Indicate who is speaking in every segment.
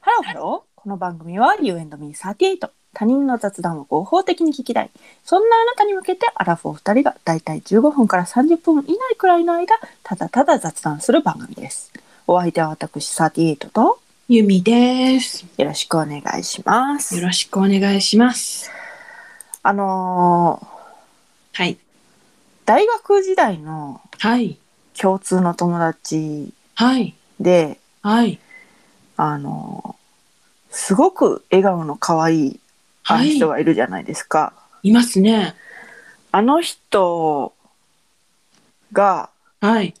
Speaker 1: ハロー。この番組は You and me38。他人の雑談を合法的に聞きたい。そんなあなたに向けてアラフォー2人がだいたい15分から30分以内くらいの間、ただただ雑談する番組です。お相手は私38と
Speaker 2: ゆみです。
Speaker 1: よろしくお願いします。
Speaker 2: よろしくお願いします。
Speaker 1: あのー
Speaker 2: はい。
Speaker 1: 大学時代の
Speaker 2: はい。
Speaker 1: 共通の友達
Speaker 2: はい。
Speaker 1: で、
Speaker 2: はい。
Speaker 1: あのーすごく笑顔の可愛いあの
Speaker 2: はい。
Speaker 1: 人がいるじゃないですか。
Speaker 2: いますね。
Speaker 1: あの人が、
Speaker 2: はい。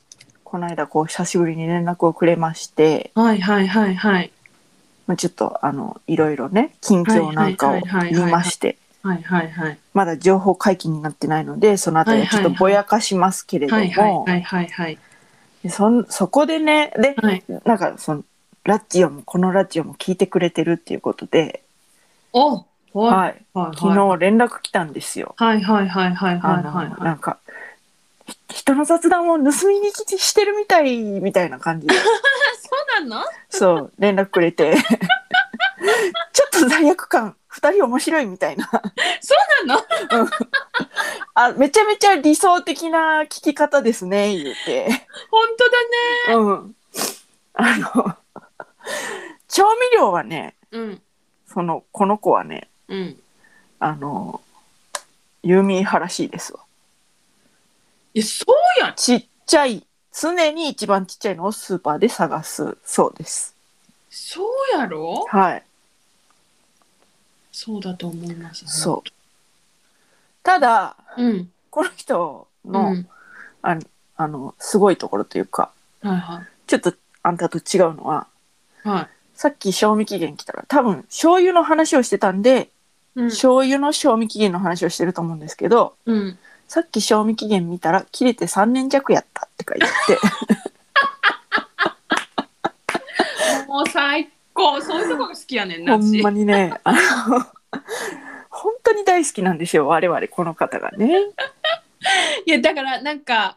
Speaker 1: この間こう久しぶりに連絡をくれまして、
Speaker 2: はい。はい。はい。はい。
Speaker 1: まあ、ちょっとあの、いろいろね、近況なんか
Speaker 2: は
Speaker 1: を
Speaker 2: いはいはいはいはい
Speaker 1: 言いまして、
Speaker 2: はい。はい。はい。
Speaker 1: まだ情報解禁になってないので、そのあたりはちょっとぼやかしますけれど
Speaker 2: はい。
Speaker 1: も、
Speaker 2: はい。はい。はい。
Speaker 1: でそんそこでね、で、
Speaker 2: はい。
Speaker 1: なんかその、ラジオも、このラジオも聞いてくれてるっていうことで、
Speaker 2: お。はい。
Speaker 1: はい、
Speaker 2: はい。
Speaker 1: 昨日連絡来たんですよ。
Speaker 2: はい。はい。はい。はい。
Speaker 1: あ
Speaker 2: はい。
Speaker 1: の、
Speaker 2: はい。
Speaker 1: なんか、ひ人の雑談を盗み聞きしてるみたい、みたいな感じで。
Speaker 2: そうなの。
Speaker 1: そう、連絡くれ て。ちょっと罪悪感、二人面白いみたいな。
Speaker 2: そうなの。
Speaker 1: あ、めちゃめちゃ理想的な聞き方ですね、言うて。
Speaker 2: 本当だね。
Speaker 1: うん。あの、調味料はね、
Speaker 2: うん。
Speaker 1: その、この子はね、
Speaker 2: うん。
Speaker 1: あの、ユーミン派らしいですわ。
Speaker 2: いや、そうやん。
Speaker 1: ちっちゃい、常に一番ちっちゃいのをスーパーで探すそうです。
Speaker 2: そうやろ
Speaker 1: はい、
Speaker 2: そうだと思います。
Speaker 1: そう。ただ、
Speaker 2: う。うん。
Speaker 1: この人
Speaker 2: う
Speaker 1: の、
Speaker 2: ん。
Speaker 1: あの、すごいところというか、
Speaker 2: はい。は
Speaker 1: ちょっとあんたと違うのは、
Speaker 2: い。はい。
Speaker 1: さっき賞味期限来たら、多分醤油の話をしてたんで、
Speaker 2: うん。
Speaker 1: 醤油の賞味期限の話をしてると思うんですけど、
Speaker 2: うん。
Speaker 1: さっき賞味期限見たら、切れて3年弱やったって書いて あって、
Speaker 2: もう最高。そういうとこが好きやねんな。
Speaker 1: ほん
Speaker 2: 私
Speaker 1: まにね、あの、本当に大好きなんですよ、我々この方がね。
Speaker 2: いやだからなんか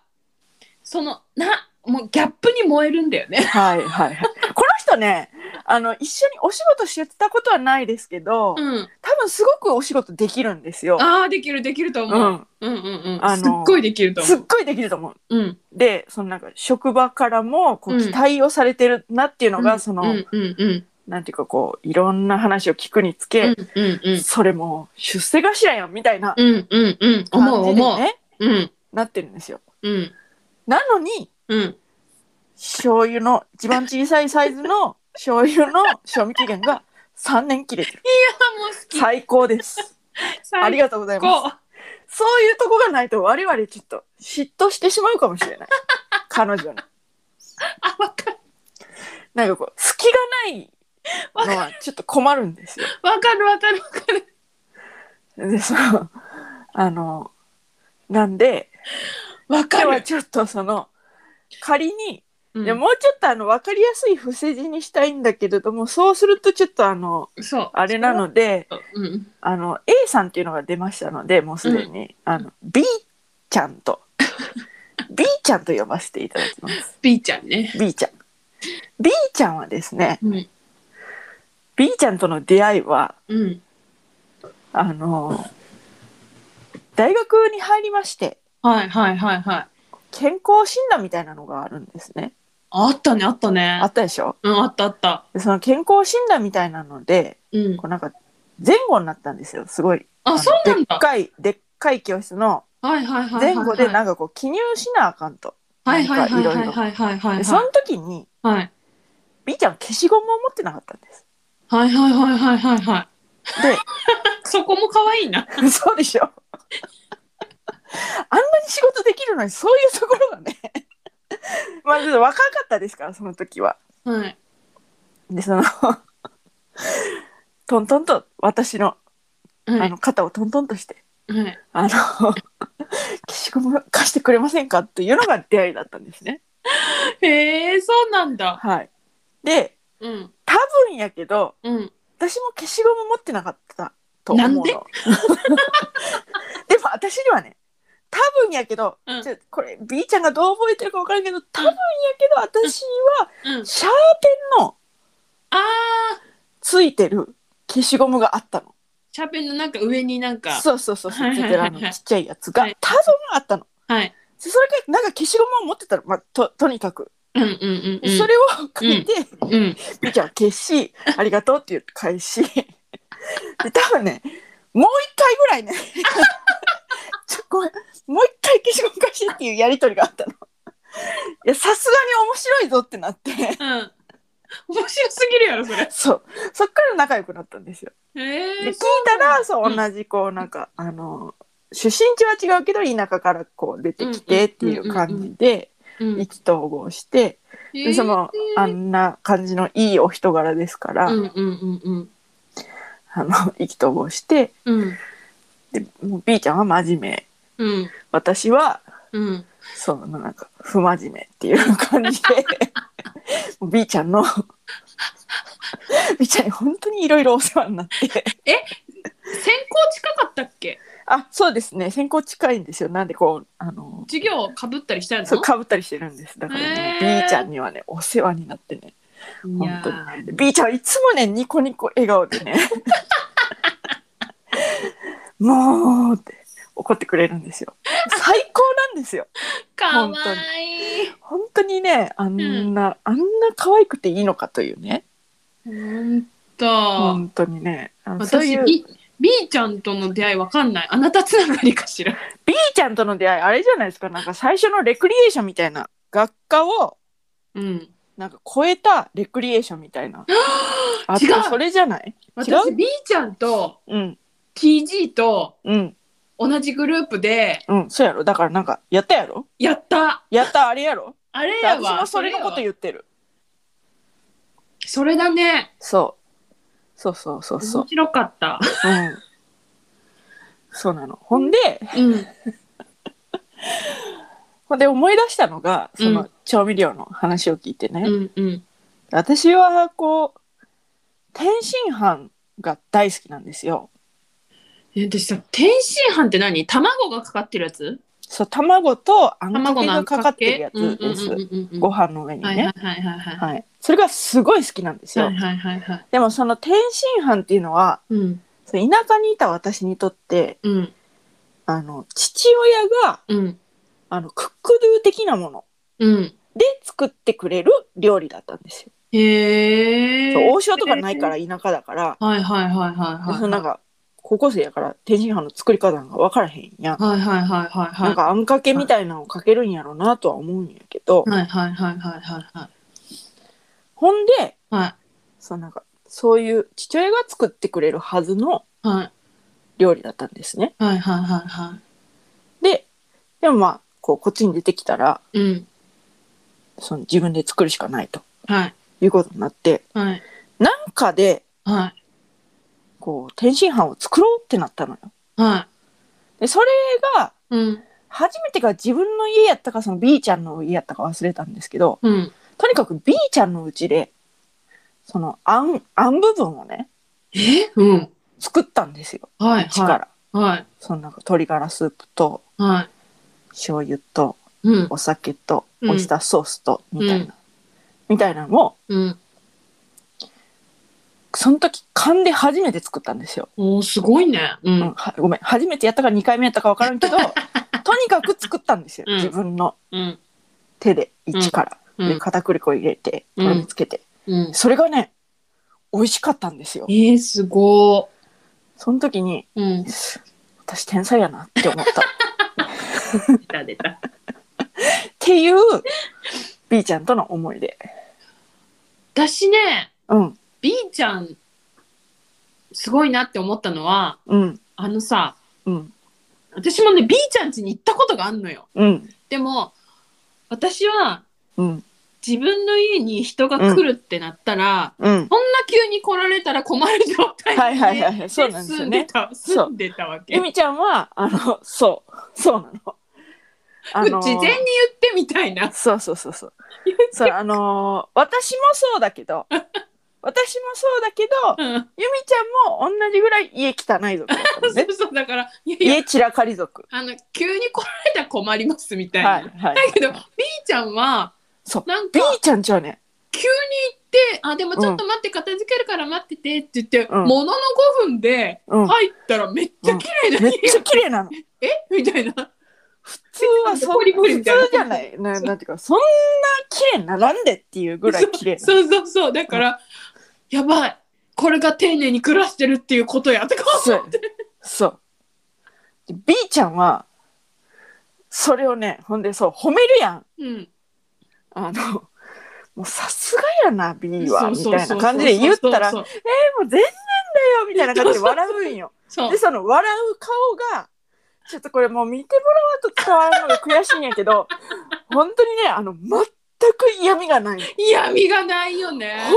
Speaker 2: そのなもうギャップに燃えるんだよね。
Speaker 1: はいはいはい。この人ね、あの、一緒にお仕事してたことはないですけど、
Speaker 2: うん、
Speaker 1: 多分すごくお仕事できるんですよ。
Speaker 2: ああできるできると
Speaker 1: う
Speaker 2: 思う。
Speaker 1: ん。
Speaker 2: うん、うんうん
Speaker 1: あの
Speaker 2: すっごいできると思
Speaker 1: すっ
Speaker 2: う。
Speaker 1: ごいできると思う。
Speaker 2: うん
Speaker 1: でそのなんか職場からもこう
Speaker 2: うん
Speaker 1: 期待をされてるなっていうのが、その、
Speaker 2: うんうんうん
Speaker 1: なんていうかこういろんな話を聞くにつけ、
Speaker 2: うんうんうん
Speaker 1: それもう出世頭やんみたいな
Speaker 2: うんうんうん
Speaker 1: 感
Speaker 2: 思う
Speaker 1: じで
Speaker 2: 思う。
Speaker 1: ね
Speaker 2: うん
Speaker 1: なってるんですよ。
Speaker 2: うん
Speaker 1: なのに
Speaker 2: うん
Speaker 1: 醤油の一番小さいサイズ の醤油の賞味期限が3年切れてる。
Speaker 2: あもう好き
Speaker 1: 最高です。あり
Speaker 2: が
Speaker 1: がとうございます。そういうとこがないと我々ちょっと嫉妬してしまうかもしれない。彼女に。
Speaker 2: あわかる
Speaker 1: なんかこう隙がないのはちょっと困るんですよ。
Speaker 2: わかるわかるわかる。
Speaker 1: で、その、あの、なんで、
Speaker 2: わか
Speaker 1: 今日は
Speaker 2: る。
Speaker 1: ちょっとその、仮に、
Speaker 2: うん
Speaker 1: いやもうちょっとあの、わかりやすい伏せ字にしたいんだけれども、そうするとちょっとあの、
Speaker 2: そう
Speaker 1: あれな。ので、
Speaker 2: うん
Speaker 1: あの、A さんっていうのが出ましたので、もうすでに、あの、B ちゃんと、B ちゃんと呼ばせていただきます。
Speaker 2: B ちゃんね。
Speaker 1: B ちゃん。B ちゃんはですね、
Speaker 2: うん
Speaker 1: B ちゃんとの出会いは、
Speaker 2: うん
Speaker 1: あの、大学に入りまして、
Speaker 2: はいはいはいはい。
Speaker 1: 健康診断みたいなのがあるんですね。
Speaker 2: あったねあったね。
Speaker 1: あったでしょ
Speaker 2: うんあったあった。
Speaker 1: でその健康診断みたいなので、
Speaker 2: うん
Speaker 1: こうなんか前後になったんですよ、すごい。
Speaker 2: あ
Speaker 1: の
Speaker 2: そうなん
Speaker 1: でっ
Speaker 2: だ。
Speaker 1: かい、でっかい教室の
Speaker 2: はいはいはいは
Speaker 1: 前
Speaker 2: いはい。
Speaker 1: 後でなんかこう記入しなあかんと。
Speaker 2: はいはいはいはい
Speaker 1: なんか
Speaker 2: はいはいはいはい
Speaker 1: でその時に、
Speaker 2: はい
Speaker 1: B ちゃん消しゴムを持ってなかったんです。
Speaker 2: はいはいはいはいはいはいそこも可愛いな
Speaker 1: で、そうでしょ。あんなに仕事できるのにそういうところがね。 まあちょっと若かったですから、その時は。
Speaker 2: はい
Speaker 1: で、その、トントンと私の
Speaker 2: は
Speaker 1: あ
Speaker 2: い
Speaker 1: の肩をトントンとして、
Speaker 2: はい
Speaker 1: あの、 消しゴム貸してくれませんかっていうのが出会いだったんですね。
Speaker 2: へえそうなんだ
Speaker 1: はい。で、
Speaker 2: うん
Speaker 1: 多分やけど、
Speaker 2: うん
Speaker 1: 私も消しゴム持ってなかったと思うの。
Speaker 2: なんで
Speaker 1: でも私にはね、多分やけど、
Speaker 2: うん
Speaker 1: ちょこれ B ちゃんがどう覚えてるか分からんけど、多分やけど私は
Speaker 2: うん
Speaker 1: シャーペンの
Speaker 2: あ
Speaker 1: ついてる消しゴムがあったの。
Speaker 2: シャーペンのなんか上になんか
Speaker 1: そうそうそうそう、
Speaker 2: はい
Speaker 1: つ
Speaker 2: はいい
Speaker 1: て
Speaker 2: はい
Speaker 1: るあ
Speaker 2: はい
Speaker 1: のちっちゃいやつが、
Speaker 2: はい
Speaker 1: 多分あったの。
Speaker 2: はい
Speaker 1: でそれがなんか消しゴムを持ってたの、まあ、ととにかく、
Speaker 2: うんうんうんうん
Speaker 1: それを書いて、
Speaker 2: うん
Speaker 1: ピちゃん消し、ありがとうって言って返し。 で、多分ね、もう一回ぐらいね、 ちょ、ごめん、もう一回消しゴム返してっていうやりとりがあったの。いや、さすがに面白いぞってなって、
Speaker 2: うん面白すぎるやろそれ
Speaker 1: そう、そっから仲良くなったんですよ。
Speaker 2: へ
Speaker 1: で、聞
Speaker 2: え
Speaker 1: いたら、そうう、同じ、こう、なんか、あの、出身地は違うけど、田舎からこう出てきてっていう感じで、
Speaker 2: うん
Speaker 1: 意気投合して、でその、あんな感じのいいお人柄ですから、
Speaker 2: うんうんうんうん
Speaker 1: あの、意気投合して、
Speaker 2: うん
Speaker 1: で、もう B ちゃんは真面目。
Speaker 2: うん
Speaker 1: 私は、
Speaker 2: うん
Speaker 1: そのなんか、不真面目っていう感じ で、もう B ちゃんの、B ちゃんに本当にいろいろお世話になって、
Speaker 2: 専攻近かったっけ
Speaker 1: あ、そうですね、先行近いんですよ。なんでこう、あの、
Speaker 2: 授業かぶったりしたの
Speaker 1: そう、かぶったりしてるんです。だからね、
Speaker 2: へー
Speaker 1: B ちゃんにはね、お世話になってね。
Speaker 2: いやー
Speaker 1: B ちゃんはいつもね、ニコニコ笑顔で ね、もうって怒ってくれるんですよ。最高なんですよ。
Speaker 2: かわいい
Speaker 1: 本当にねあんな、あんな可愛くていいのかというね
Speaker 2: 本当
Speaker 1: 本当にねあのそうい
Speaker 2: 私
Speaker 1: う B
Speaker 2: B, B ちゃんとの出会いわかんないあなたつながりかしら
Speaker 1: ちゃんとの出会いあれじゃないですかなんか最初のレクリエーションみたいな学科を
Speaker 2: うん
Speaker 1: なんか超えたレクリエーションみたい なあ
Speaker 2: 違う
Speaker 1: それじゃない違
Speaker 2: 私
Speaker 1: う
Speaker 2: B ちゃんと
Speaker 1: うん
Speaker 2: TG と
Speaker 1: うん
Speaker 2: 同じグループで
Speaker 1: うんそうやろだからなんかやったやろ
Speaker 2: やった
Speaker 1: やったあれやろ
Speaker 2: あれや
Speaker 1: 私
Speaker 2: わ
Speaker 1: もそれのこと
Speaker 2: う
Speaker 1: 言ってる
Speaker 2: それだね
Speaker 1: そうそうそうそうそう
Speaker 2: 面白か った
Speaker 1: うんそうなのほんで
Speaker 2: うん
Speaker 1: ほんで思い出したのがそうの
Speaker 2: ん
Speaker 1: 調味料の話を聞いてね、
Speaker 2: うんうん
Speaker 1: 私はこう天津飯が大好きなんですよ
Speaker 2: え私さ天津飯って何卵がかかってるやつ
Speaker 1: そう卵とあんか
Speaker 2: 卵
Speaker 1: け
Speaker 2: のあ
Speaker 1: が
Speaker 2: ん
Speaker 1: か
Speaker 2: か
Speaker 1: かってる
Speaker 2: け
Speaker 1: やつです、
Speaker 2: うんうんうんうんうん
Speaker 1: ご飯の上にね、
Speaker 2: はい
Speaker 1: は
Speaker 2: はいいはいはいはい
Speaker 1: それがすごい好きなんですよ、
Speaker 2: はいはいはいはい
Speaker 1: でもその天津飯っていうのは
Speaker 2: うん
Speaker 1: そう田舎にいた私にとって
Speaker 2: うん
Speaker 1: あの父親が
Speaker 2: うん
Speaker 1: あのクックドゥ的なもの
Speaker 2: うん
Speaker 1: で作ってくれる料理だったんですよ、
Speaker 2: へえ
Speaker 1: そう王将とかないから田舎だから、
Speaker 2: はいはいはいはい
Speaker 1: で
Speaker 2: はい
Speaker 1: そのなんか高校生やから天津飯の作り方なんか分からへんやん
Speaker 2: はいはいはいはいはい。
Speaker 1: なんかあんかけみたいなのをかけるんやろうなとは思うんやけど、
Speaker 2: はいはいはいはいはいはい。
Speaker 1: ほんで
Speaker 2: は
Speaker 1: そうなんかそういう父親が作ってくれるはずの
Speaker 2: いはい
Speaker 1: 料理だったんですね。
Speaker 2: はいはいはいは
Speaker 1: ででもまあこうこっちに出てきたら
Speaker 2: い。うん。
Speaker 1: その自分で作るしかないと
Speaker 2: はい
Speaker 1: いうことになって
Speaker 2: はい
Speaker 1: なんかで
Speaker 2: は
Speaker 1: こう天津飯を作ろうってなったのよ。
Speaker 2: いは
Speaker 1: でそれが
Speaker 2: い。うん
Speaker 1: 初めてが自分の家やったかその B ちゃんの家やったか忘れたんですけど
Speaker 2: うん。
Speaker 1: とにかく B ちゃんのうちでそのあんあん部分をね
Speaker 2: えうん。
Speaker 1: 作ったんですよ
Speaker 2: はい
Speaker 1: 一から
Speaker 2: は。いはい
Speaker 1: そのなんか鶏ガラスープと
Speaker 2: はい。
Speaker 1: 醤油と
Speaker 2: うん
Speaker 1: お酒と
Speaker 2: うん
Speaker 1: オイスターソースとみたいな、
Speaker 2: うん
Speaker 1: みたいなのを
Speaker 2: うん。
Speaker 1: その時勘で初めて作ったんですよ、
Speaker 2: おーすごいね。う
Speaker 1: うん
Speaker 2: ん
Speaker 1: はごめん初めてやったか2回目やったか分からんけ どとにかく作ったんですよ、
Speaker 2: うん
Speaker 1: 自分の
Speaker 2: うん
Speaker 1: 手で一から、
Speaker 2: う
Speaker 1: で
Speaker 2: ん
Speaker 1: 片栗粉入れてとろみつけて、
Speaker 2: うん。
Speaker 1: それがね美味しかったんですよ
Speaker 2: えーすご
Speaker 1: その時に
Speaker 2: ー。うん。
Speaker 1: 私天才やなって思った っ
Speaker 2: 出た出た。
Speaker 1: ていう B ちゃんとの思い出
Speaker 2: 私ね、
Speaker 1: うん
Speaker 2: B ちゃん、すごいなって思ったのは、
Speaker 1: うん
Speaker 2: あのさ、
Speaker 1: うん
Speaker 2: 私もね、B ちゃん家に行ったことがあんのよ。
Speaker 1: うん
Speaker 2: でも、私は、
Speaker 1: うん
Speaker 2: 自分の家に人が来るってなったら、
Speaker 1: うん
Speaker 2: こんな急に来られたら困る状態
Speaker 1: はいはいはい
Speaker 2: い、
Speaker 1: はいそうなんです
Speaker 2: 住
Speaker 1: よ
Speaker 2: んで
Speaker 1: ね
Speaker 2: た
Speaker 1: そう
Speaker 2: 住んでたわけ
Speaker 1: ゆ
Speaker 2: う
Speaker 1: みちゃんはあのそうそうなの。あの
Speaker 2: ち全に言ってみたいな
Speaker 1: そうそうそうそう。そうあの私もそうだけ ど私もそうだけど
Speaker 2: う
Speaker 1: ゆ
Speaker 2: ん
Speaker 1: みちゃんも同じぐらい家汚い族だから
Speaker 2: そ
Speaker 1: ね
Speaker 2: う。そうだからいやいや
Speaker 1: 家散らかり族。
Speaker 2: あの急に来られたら困りますみたいな、
Speaker 1: はいはい。
Speaker 2: だけど B ちゃんは
Speaker 1: そう
Speaker 2: なん
Speaker 1: B
Speaker 2: か
Speaker 1: ちゃんちはね
Speaker 2: 急に行っってあでもちょっと待って片付けるから待っててって言って、
Speaker 1: うん
Speaker 2: ものの5分で
Speaker 1: うん
Speaker 2: 入ったらめっちゃ綺麗な
Speaker 1: めっ
Speaker 2: 家
Speaker 1: ちゃ綺麗なの。
Speaker 2: えみたいな
Speaker 1: 普通はそん
Speaker 2: ボリボリ
Speaker 1: 普
Speaker 2: みたいな
Speaker 1: 通じゃない。ななんていうかそんな綺麗に並んでっていうぐらい綺麗な。
Speaker 2: そうそうそうだから、やばいこれが丁寧に暮らしてるっていうことやとか
Speaker 1: そうそう。で B ちゃんはそれをねほんでそう褒めるやん。
Speaker 2: うん
Speaker 1: あのもうさすがやな B はみ
Speaker 2: そう
Speaker 1: たいな感じで言ったら「えー、
Speaker 2: そ
Speaker 1: も
Speaker 2: う
Speaker 1: う全然だよ」みたいな感じで笑うんよ。
Speaker 2: そうそう
Speaker 1: でその笑う顔がちょっとこれもう見てもらうと伝わるのが悔しいんやけ ど本当にねあの全く嫌味がない
Speaker 2: そう嫌味がないよね
Speaker 1: 本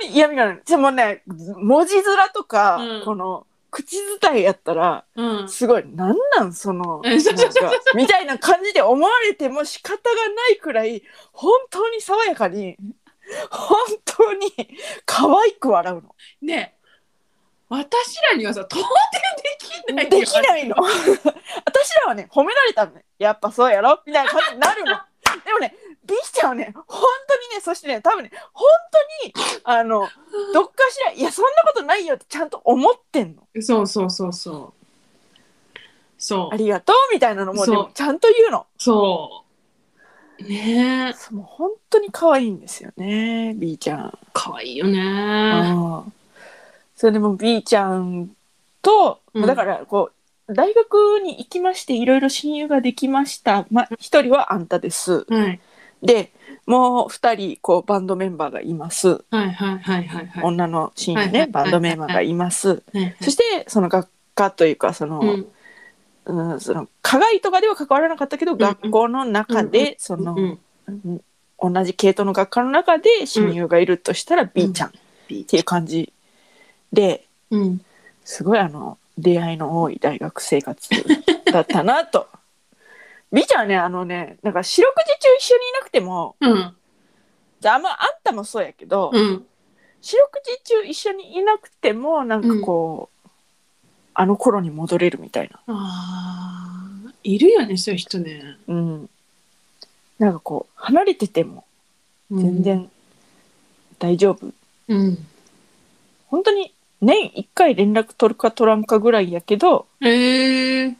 Speaker 1: 当に嫌味がないでもね文字面とか、
Speaker 2: うん
Speaker 1: この口伝えやったら
Speaker 2: うん
Speaker 1: すごいなんなんその
Speaker 2: う
Speaker 1: なん
Speaker 2: んそうそう
Speaker 1: かみたいな感じで思われても仕方がないくらい本当に爽やかに本当に可愛く笑うの。
Speaker 2: ねえ私らにはさ到底できない
Speaker 1: できないの 私らはね褒められたのねやっぱそうやろみたいな感じになるのでもね B ちゃんはね本当にねそしてね多分ね本当にあのどっかしらいやそんなことないよってちゃんと思ってんの
Speaker 2: いそうそうそうそうそ
Speaker 1: あ
Speaker 2: う
Speaker 1: りがとうみたいなのも
Speaker 2: そう
Speaker 1: でもちゃんと言うの
Speaker 2: そうねえ
Speaker 1: そうもう本当に可愛いんですよね B ちゃん、
Speaker 2: 可愛いよね
Speaker 1: うんそれでも B ちゃんと、
Speaker 2: うん
Speaker 1: だからこう大学に行きましていろいろ親友ができましたまあ一人はあんたです、
Speaker 2: はい
Speaker 1: でもう2人こうバンドメンバーがいます、
Speaker 2: はいはいはいはいはい
Speaker 1: 女の親友ね、
Speaker 2: はいはい
Speaker 1: バンドメンバーがいます、
Speaker 2: はい
Speaker 1: そしてその学科というかその,、
Speaker 2: うん
Speaker 1: うんその課外とかでは関わらなかったけど、
Speaker 2: ん
Speaker 1: 学校の中で、その、
Speaker 2: うん
Speaker 1: うん同じ系統の学科の中で親友がいるとしたら B ちゃんっていう感じで
Speaker 2: うん
Speaker 1: すごいあの出会いの多い大学生活だったなと。B ちゃんはねあのねなんか四六時中一緒にいなくても
Speaker 2: うん
Speaker 1: じゃああんまあんたもそうやけど、
Speaker 2: うん
Speaker 1: 四六時中一緒にいなくてもなんかこう、あの頃に戻れるみたいな、
Speaker 2: あーいるよねそういう人ね
Speaker 1: うん、なんかこう離れてても
Speaker 2: うん
Speaker 1: 全然大丈夫、
Speaker 2: うん
Speaker 1: 本当に年1回連絡取るか取らんかぐらいやけど
Speaker 2: ええ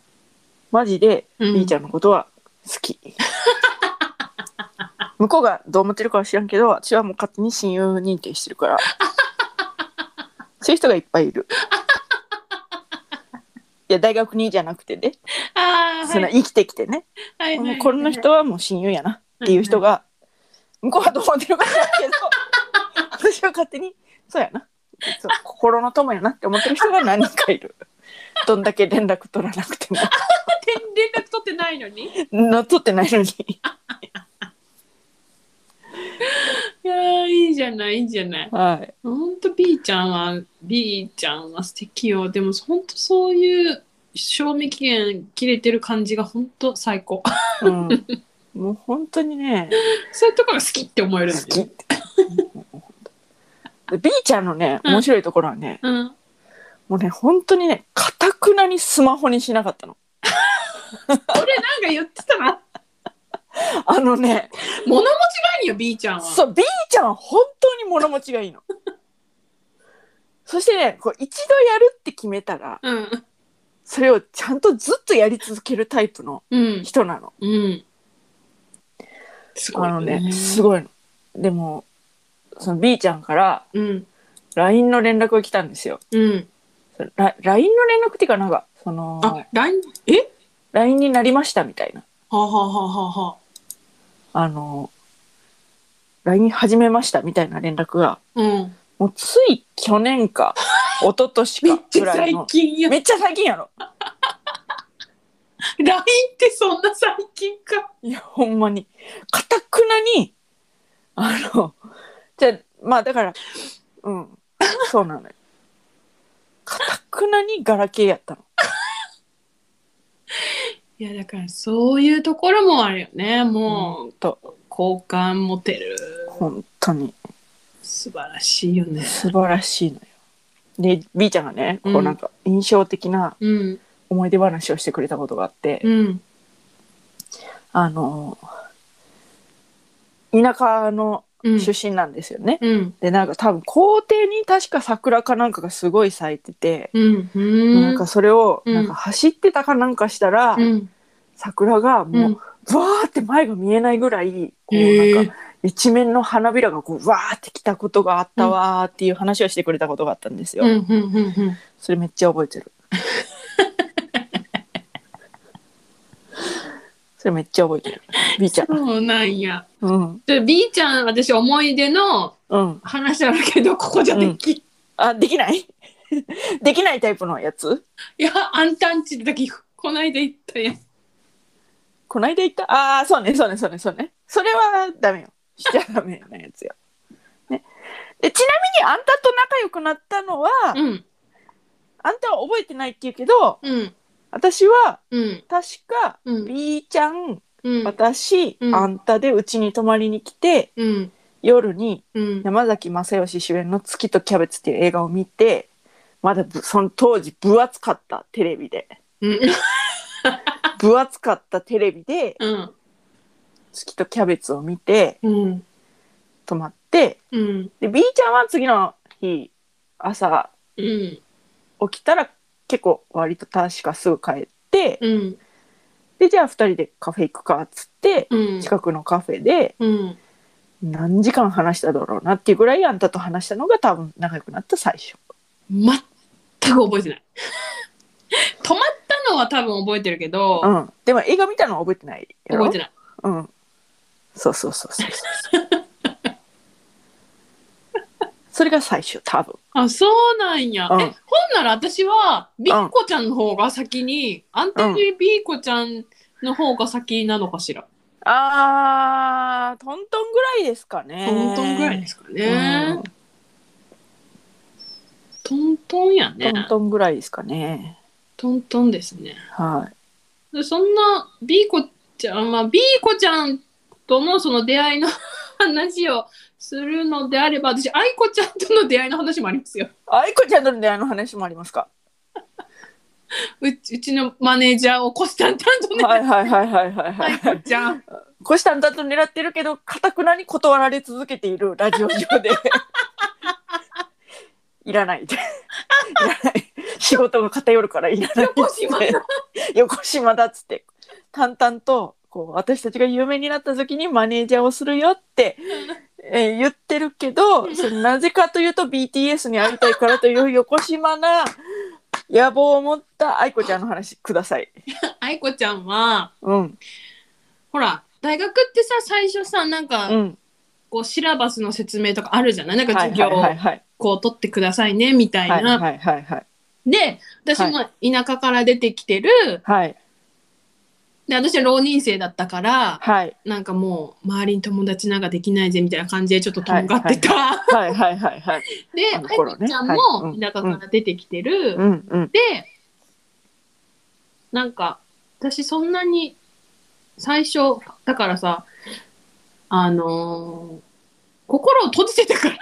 Speaker 1: マジで
Speaker 2: うん
Speaker 1: B ちゃんのことは好 き、向こうがどう思ってるかは知らんけど私はもう勝手に親友認定してる からそういう人がいっぱいいるいや大学にじゃなくてね
Speaker 2: ああ
Speaker 1: その生きてきてね、
Speaker 2: はいはい
Speaker 1: もうこの人はもう親友やなっていう人が向こうはどう思ってるか知らん けど私は勝手にそうやなそう心の友やなって思ってる人が何人かいるどんだけ連絡取らなくても
Speaker 2: 連絡取ってないのに
Speaker 1: な取ってないのに
Speaker 2: いやーいいじゃないいいじゃない
Speaker 1: はい
Speaker 2: ほんと B ちゃんは B ちゃんは素敵よでもほんとそういう賞味期限切れてる感じがほんと最高
Speaker 1: うん、もう本当にね
Speaker 2: そういうとこが好きって思え
Speaker 1: 好
Speaker 2: るんだ
Speaker 1: き
Speaker 2: よ
Speaker 1: ってで B ちゃんのね面白いところはね、
Speaker 2: うん
Speaker 1: もうね本当にねかたくなにスマホにしなかったの
Speaker 2: 俺なんか言ってたな
Speaker 1: あのね
Speaker 2: 物持ちがいいよ B ちゃんは
Speaker 1: そう B ちゃんは本当に物持ちがいいのそしてねこう一度やるって決めたら
Speaker 2: うん
Speaker 1: それをちゃんとずっとやり続けるタイプの
Speaker 2: うん
Speaker 1: 人なの
Speaker 2: うんすごい
Speaker 1: あ
Speaker 2: よ
Speaker 1: の
Speaker 2: ね
Speaker 1: ねすごいのでもその B ちゃんから
Speaker 2: うん、
Speaker 1: LINE の連絡が来たんですよ
Speaker 2: うん、
Speaker 1: そのラ LINE の連絡っていうかなんかその
Speaker 2: あ LINE え
Speaker 1: LINE になりましたみたいな。
Speaker 2: はあ、はあはあはあはあ
Speaker 1: あの、LINE 始めましたみたいな連絡が、
Speaker 2: うん
Speaker 1: もうつい去年か、 一昨年
Speaker 2: めっ
Speaker 1: か
Speaker 2: ち
Speaker 1: ぐ
Speaker 2: ゃ
Speaker 1: らい
Speaker 2: 最
Speaker 1: の。
Speaker 2: 近よ
Speaker 1: めっちゃ最近やろ。
Speaker 2: LINE ってそんな最近か
Speaker 1: いや、ほんまに。かたくなに、あの、じゃあまあだから、うん、そうなのよ。かたくなにガラケーやったの。
Speaker 2: いやだからそういうところもあるよねもう、
Speaker 1: と、
Speaker 2: 好感持てる
Speaker 1: 本当に。
Speaker 2: 素晴らしいよね
Speaker 1: 素晴らしいのよ。で、B ちゃんがね、こ
Speaker 2: う
Speaker 1: うんなんか印象的な
Speaker 2: うん
Speaker 1: 思い出話をしてくれたことがあって、
Speaker 2: うん
Speaker 1: あの、田舎の
Speaker 2: うん
Speaker 1: 出身なんですよね。
Speaker 2: うん
Speaker 1: でなんか多分校庭に確か桜かなんかがすごい咲いてて、
Speaker 2: うんうん
Speaker 1: なんかそれを
Speaker 2: うん
Speaker 1: なんか走ってたかなんかしたら、
Speaker 2: うん
Speaker 1: 桜がもう、
Speaker 2: うん
Speaker 1: わーって前が見えないぐらいこう
Speaker 2: へー
Speaker 1: なんか一面の花びらがこうわーってきたことがあったわーっていう話をしてくれたことがあったんですよ。
Speaker 2: うんうんうんうん
Speaker 1: それめっちゃ覚え てる。それめっちゃ覚えてる。B ちゃん。
Speaker 2: そうなんや
Speaker 1: うん。
Speaker 2: で B ちゃん私思い出の
Speaker 1: うん。
Speaker 2: 話あるけどここじゃでき、い
Speaker 1: あ、できない できないタイプのやつ
Speaker 2: やあんたんちだけこないだ行ったやん
Speaker 1: こないだ言ったああー、そうね、そうね、そうね、そうね。それはダメよ。しちゃダメなやつよ。ね。で、ちなみにあんたと仲良くなったのは、
Speaker 2: うん
Speaker 1: あんたは覚えてないって言うけど、
Speaker 2: うん
Speaker 1: 私は
Speaker 2: うん
Speaker 1: 確か、
Speaker 2: うん
Speaker 1: B ちゃん、
Speaker 2: うん
Speaker 1: 私、
Speaker 2: うん
Speaker 1: あんたでうちに泊まりに来て、
Speaker 2: うん
Speaker 1: 夜に
Speaker 2: うん
Speaker 1: 山崎正義主演の「月とキャベツ」っていう映画を見てまだぶその当時分厚かったテレビで
Speaker 2: うん
Speaker 1: 分厚かったテレビで
Speaker 2: うん
Speaker 1: 「月とキャベツ」を見て
Speaker 2: うん
Speaker 1: 泊まって
Speaker 2: うん
Speaker 1: で B ちゃんは次の日朝
Speaker 2: うん
Speaker 1: 起きたら結構割と確かすぐ帰って
Speaker 2: うん
Speaker 1: でじゃあ2人でカフェ行くかっつって
Speaker 2: うん
Speaker 1: 近くのカフェで
Speaker 2: うん
Speaker 1: 何時間話しただろうなっていうぐらいあんたと話したのが多分仲良くなった最初。
Speaker 2: 全く覚えてない止まったのは多分覚えてるけど、
Speaker 1: うん、でも映画見たのは覚えてないやろ
Speaker 2: 覚えてない
Speaker 1: うん。そうそうそうそうそうそう。それが最初、多分。
Speaker 2: あそうなんや、
Speaker 1: うん
Speaker 2: えほんなら私はビッコちゃんの方が先に、あんたよりビーコちゃんの方が先なのかしら、
Speaker 1: あー、トントンぐらいですかね。
Speaker 2: トントンぐらいですか
Speaker 1: う
Speaker 2: ね
Speaker 1: ん、
Speaker 2: トントンやね
Speaker 1: トントンぐらいですかね。
Speaker 2: トントンですね
Speaker 1: はい。
Speaker 2: でそんなビーコちゃんまあビーコちゃんとのその出会いの 話をするのであれば私愛子ちゃんとの出会いの話もありますよ
Speaker 1: 愛子ちゃんとの出会いの話もありますか。
Speaker 2: うちうちのマネージャーをコスタンタンとね、
Speaker 1: はいはいはいはいはい
Speaker 2: 愛
Speaker 1: は
Speaker 2: 子
Speaker 1: い。
Speaker 2: ちゃん
Speaker 1: 虎視眈々と狙ってるけど、かたくなに断られ続けているラジオ上で。 いらない。いらない。仕事が偏るからいらない。
Speaker 2: 横島だ
Speaker 1: 横島だっつって淡々とこう私たちが有名になった時にマネージャーをするよって、えー言ってるけどそれなぜかというと BTS に会いたいからという横島な野望を持った愛子ちゃんの話ください。
Speaker 2: 愛子ちゃんは
Speaker 1: うん
Speaker 2: ほら大学ってさ最初さなんか、
Speaker 1: うん、
Speaker 2: こうシラバスの説明とかあるじゃないなんか
Speaker 1: はい
Speaker 2: 授
Speaker 1: は
Speaker 2: 業
Speaker 1: いはいはい
Speaker 2: こう取ってくださいねみたいな。
Speaker 1: はいはいはいはい
Speaker 2: で私も田舎から出てきてる
Speaker 1: はい
Speaker 2: で私は浪人生だったから
Speaker 1: はい
Speaker 2: なんかもう周りに友達なんかできないぜみたいな感じでちょっととんがってた。
Speaker 1: はいはいはいはいあの
Speaker 2: で愛
Speaker 1: 頃
Speaker 2: 子、
Speaker 1: ね
Speaker 2: ちゃん
Speaker 1: はいうん
Speaker 2: も田舎から出てきてる。
Speaker 1: うんうん
Speaker 2: でなんか私そんなに最初だからさあのー心を閉じてたから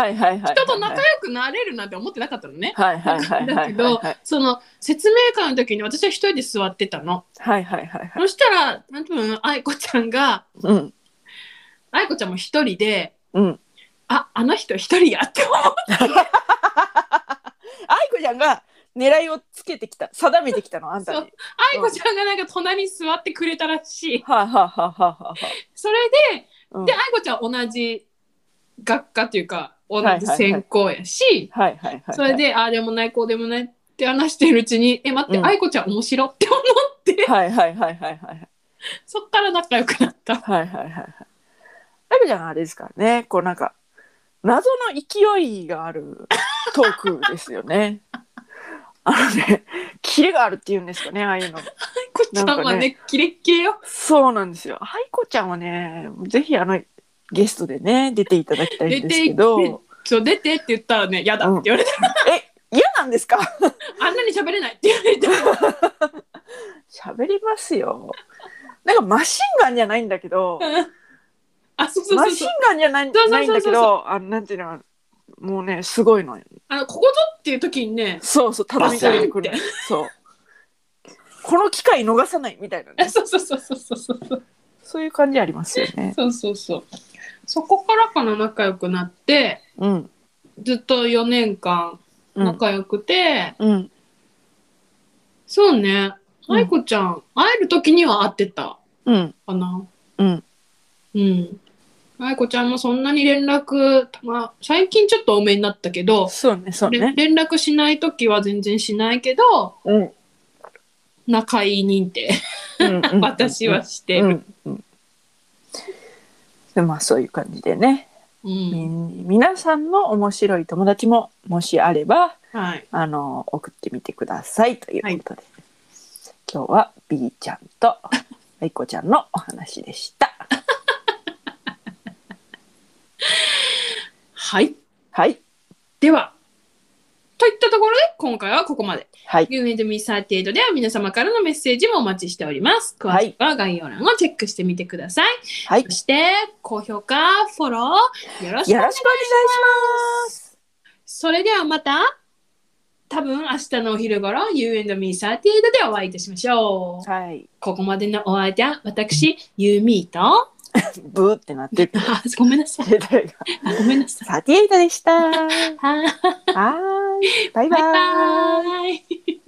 Speaker 1: はいはいはい
Speaker 2: 人と仲良くなれるなんて思ってなかったのね。
Speaker 1: はいはいはいはい
Speaker 2: だ
Speaker 1: はい
Speaker 2: け
Speaker 1: はい
Speaker 2: どその説明会の時に私は一人で座ってたの。
Speaker 1: はいはいはいはい
Speaker 2: そしたら多分愛子ちゃんが
Speaker 1: うん
Speaker 2: 愛子ちゃんも一人で
Speaker 1: うん
Speaker 2: 「ああの人一人や」って思う
Speaker 1: 愛子ちゃんが狙いをつけてきた定めてきたのあんたに。
Speaker 2: そ
Speaker 1: は
Speaker 2: う愛子ちゃんがなんか隣に座ってくれたらしい。
Speaker 1: あ、はあはあはあは
Speaker 2: それで
Speaker 1: あうん
Speaker 2: で愛子ちゃんは同じ学科というか同
Speaker 1: いはい
Speaker 2: じ専攻やし、
Speaker 1: はいはいはいはい。
Speaker 2: それでああでもないこうでもないって話してるうちに「え待って、
Speaker 1: うん
Speaker 2: 愛子ちゃん面白」って思う
Speaker 1: はいはいはいはいはい
Speaker 2: そっから仲良くなった。
Speaker 1: はいはいはいはい。愛子ちゃんはあれですからね、こうなんか謎の勢いがあるトークですよね。あのね、キレがあるっていうんですかね、ああいうの。
Speaker 2: 愛子ちゃんは
Speaker 1: なんか
Speaker 2: ねキレッキレよ。
Speaker 1: そうなんですよ。愛子ちゃんはね、ぜひあのゲストでね出ていただきたいんですけ
Speaker 2: 出て
Speaker 1: ど、
Speaker 2: ちょ出てって言ったらね「やだ」って言われて、
Speaker 1: え、嫌なんですか？
Speaker 2: あんなに喋れないって言われて
Speaker 1: 喋りますよ。なんかマシンガンじゃないんだけど、
Speaker 2: あそうそうそ
Speaker 1: マ
Speaker 2: う
Speaker 1: シ
Speaker 2: そ
Speaker 1: ン
Speaker 2: う
Speaker 1: ガンじゃない
Speaker 2: そうそうそう
Speaker 1: ないんだけど、あのなんていうの、もうね、すごいのよ。
Speaker 2: あのここぞっていう時にね
Speaker 1: そうそう、畳みかけてくる
Speaker 2: バ。
Speaker 1: そう。この機会逃 さないみたいな
Speaker 2: あ
Speaker 1: ね。
Speaker 2: そうそうそうそうそうそう
Speaker 1: そういう感じありますよね。
Speaker 2: そうそうそうそこからかな仲良くなって
Speaker 1: うん。
Speaker 2: ずっと4年間
Speaker 1: うん。
Speaker 2: 仲良くて、
Speaker 1: うん。
Speaker 2: そうね
Speaker 1: うん
Speaker 2: 愛子ちゃん、会える時には会ってた
Speaker 1: うん。
Speaker 2: かな
Speaker 1: うん。
Speaker 2: うん愛子ちゃんもそんなに連絡、まあ、最近ちょっと多めになったけど、
Speaker 1: そうね、そう
Speaker 2: れ
Speaker 1: ね。
Speaker 2: 連絡しない時は全然しないけど
Speaker 1: うん。うん
Speaker 2: 仲いい認定
Speaker 1: うん
Speaker 2: 私はして
Speaker 1: う
Speaker 2: る、
Speaker 1: ん。うんでまあそういう感じでね、
Speaker 2: うん
Speaker 1: み皆さんの面白い友達ももしあれば
Speaker 2: はい
Speaker 1: あの送ってみてくださいということで、今日は B ちゃん と愛子ちゃんのお話でした。
Speaker 2: はい
Speaker 1: はい
Speaker 2: ではといったところで今回はここまで
Speaker 1: はい
Speaker 2: 有名でミサーティエイトでは皆様からのメッセージもお待ちしております。詳しくは概要欄をチェックしてみてください。
Speaker 1: はい
Speaker 2: そして、高評価、フォロー、よろし
Speaker 1: よろしくお
Speaker 2: く
Speaker 1: 願いします。
Speaker 2: それではまた、多分明日のお昼頃、You and Me38 でお会いいたしましょう。
Speaker 1: はい
Speaker 2: ここまでのお相手は、私、ユーミーと、
Speaker 1: ブーってな ってる。
Speaker 2: あ、ごめんなさい。
Speaker 1: 携帯が
Speaker 2: ごめんなさ い。
Speaker 1: サティエイトでした。は
Speaker 2: はい
Speaker 1: ーいバイ
Speaker 2: バ
Speaker 1: バ
Speaker 2: イ
Speaker 1: イ。
Speaker 2: バーイ。